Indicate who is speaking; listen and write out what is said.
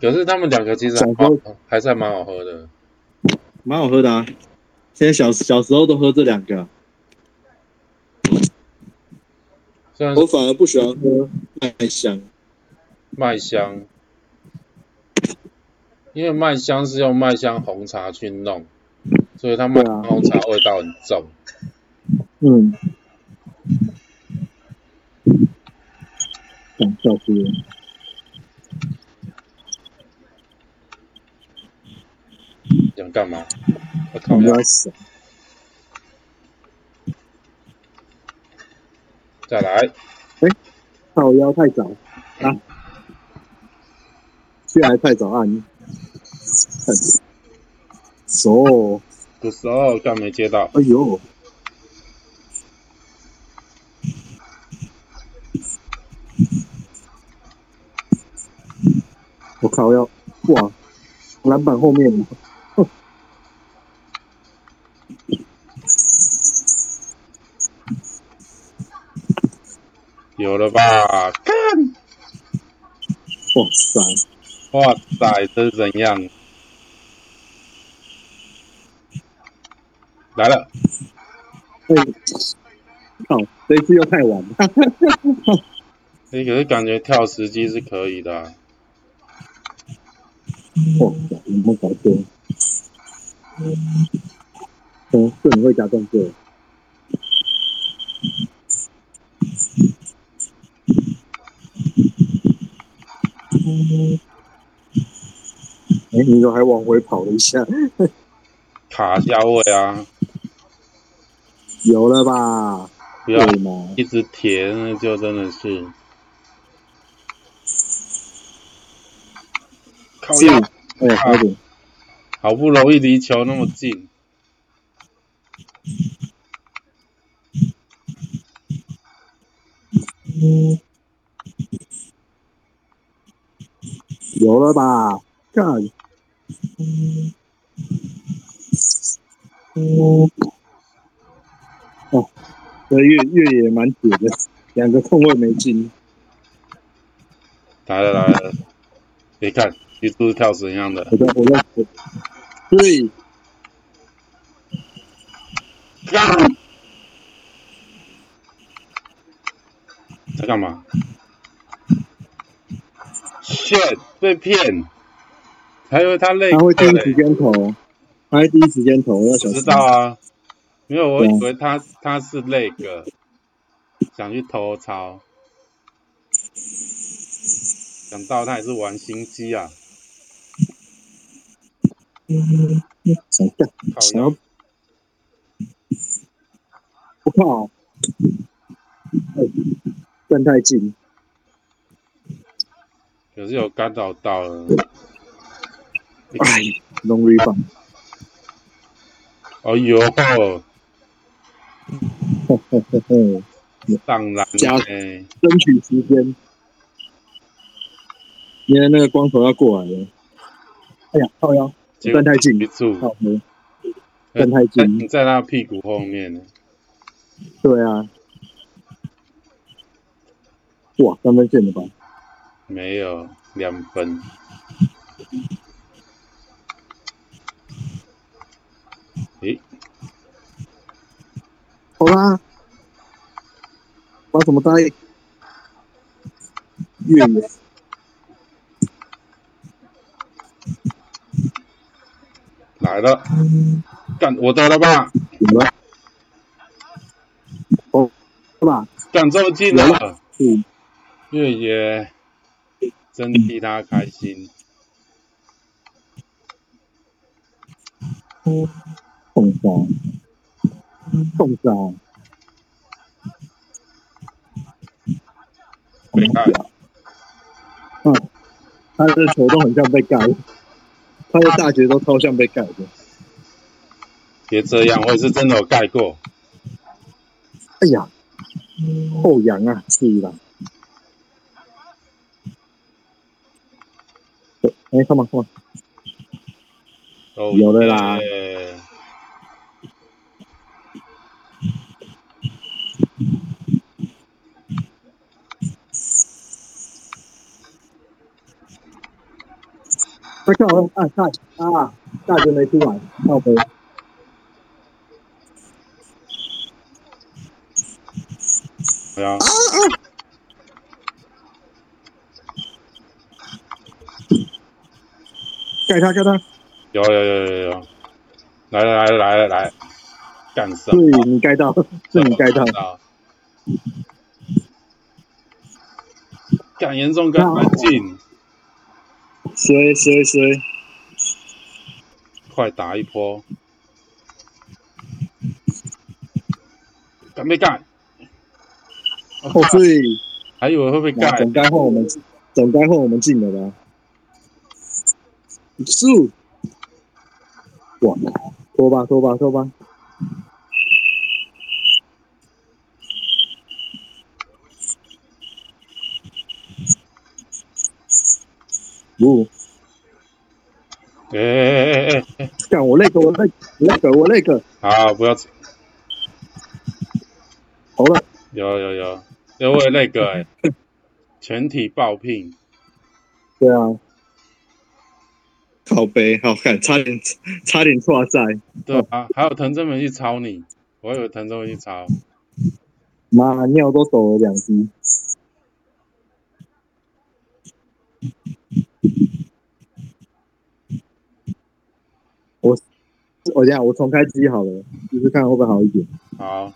Speaker 1: 可是他们两个其实还
Speaker 2: 小时候
Speaker 1: 还是还蛮好喝的。
Speaker 2: 蛮好喝的啊。现在小小时候都喝这两个啊、
Speaker 1: 虽然
Speaker 2: 我反而不喜欢喝麦香。
Speaker 1: 麦香，因为麦香是用麦香红茶去弄，所以它麦
Speaker 2: 啊
Speaker 1: 香红茶味道很重。
Speaker 2: 嗯，讲笑死了。
Speaker 1: 想干嘛？我靠
Speaker 2: 我！们要死。
Speaker 1: 再来，
Speaker 2: 靠腰太早啊，去还太早啊，你看，熟，
Speaker 1: 不是哦，刚没接到。
Speaker 2: 哎呦，我靠要哇，篮板后面，哼
Speaker 1: 有了吧？
Speaker 2: 哇塞，
Speaker 1: 哇塞，这是怎样？来了，
Speaker 2: 哎，靠，这一次又太晚了，
Speaker 1: 你可是感觉跳时机是可以的啊、
Speaker 2: 哇塞，有没有搞错？嗯，这你会夹动作。哎、你怎么还往回跑了一下？
Speaker 1: 卡下位啊，
Speaker 2: 有了吧？
Speaker 1: 不要
Speaker 2: 对吗？
Speaker 1: 一直贴，那就真的是靠
Speaker 2: 是
Speaker 1: 腰，
Speaker 2: 哎、快点！
Speaker 1: 好不容易离球那么近，
Speaker 2: 有了吧？干！哦，这越越野蛮铁的，两个空位没进。
Speaker 1: 来了来了，你看，一度跳绳一样的，
Speaker 2: 我在我在我，对，
Speaker 1: 在干嘛？shit，被骗，还以为他累
Speaker 2: 他会第
Speaker 1: 了
Speaker 2: 一
Speaker 1: 嘞
Speaker 2: 时间投，他会第一时间投，要小
Speaker 1: 我知
Speaker 2: 心。
Speaker 1: 道啊，没有，我
Speaker 2: 对
Speaker 1: 以
Speaker 2: 啊
Speaker 1: 为他他是那个想去偷抄，想到他也是玩心机啊，
Speaker 2: 嗯想干，
Speaker 1: 靠
Speaker 2: 想
Speaker 1: 腰
Speaker 2: 要，我靠！哎站太近，
Speaker 1: 可是有干扰到了。你看
Speaker 2: 哎，弄 r e
Speaker 1: 哎呦，
Speaker 2: 嘿嘿，
Speaker 1: 当然
Speaker 2: 加
Speaker 1: 嘞，
Speaker 2: 争取时间。因为那个光头要过来了，哎呀，靠腰，
Speaker 1: 结果
Speaker 2: 站太近
Speaker 1: 没，
Speaker 2: 靠哎
Speaker 1: 住，
Speaker 2: 腰，站太近，
Speaker 1: 你在他屁股后面，
Speaker 2: 对啊，哇，三分线了吧？
Speaker 1: 没有两分，诶，
Speaker 2: 好啦，把什么答应？越野
Speaker 1: 来了，干我的了吧？
Speaker 2: 有了，哦，是吧？
Speaker 1: 干这么近了，
Speaker 2: 嗯，
Speaker 1: 越野真替他开心。
Speaker 2: 冻伤，冻伤，
Speaker 1: 被盖，
Speaker 2: 嗯他的球都很像被盖，他的大学都超像被盖的。
Speaker 1: 别这样，我也是真的有盖过。
Speaker 2: 哎呀，后仰啊，是啦。哎、干嘛干嘛？
Speaker 1: 哦
Speaker 2: 有的啦
Speaker 1: 耶
Speaker 2: 他看好像啊大啊大学没出来，靠背。
Speaker 1: 对啊，
Speaker 2: 盖他盖他，
Speaker 1: 有有有有有，来了来了来了来了，干上
Speaker 2: 是你盖到，是你盖 到，
Speaker 1: 啊！干严重干干净，
Speaker 2: 谁谁谁，
Speaker 1: 快打一波！干没干？
Speaker 2: 哦，所以
Speaker 1: 还以为会被
Speaker 2: 啊
Speaker 1: 干，
Speaker 2: 总该换我们，总该换我们进了吧？是，哇，拖吧拖吧拖吧，不，
Speaker 1: 哎哎哎哎哎，
Speaker 2: 干我那个我那那个我那个
Speaker 1: 好，不要
Speaker 2: 好了，
Speaker 1: 有有有，因为那个、欸、全体爆聘，
Speaker 2: 对啊。靠背，好看，差点差点错赛，
Speaker 1: 对啊，还有藤真没去抄你，我以为藤真会去抄，
Speaker 2: 妈尿都抖了两滴。我我这样，我重开机好了，就是看会不会好一点。
Speaker 1: 好，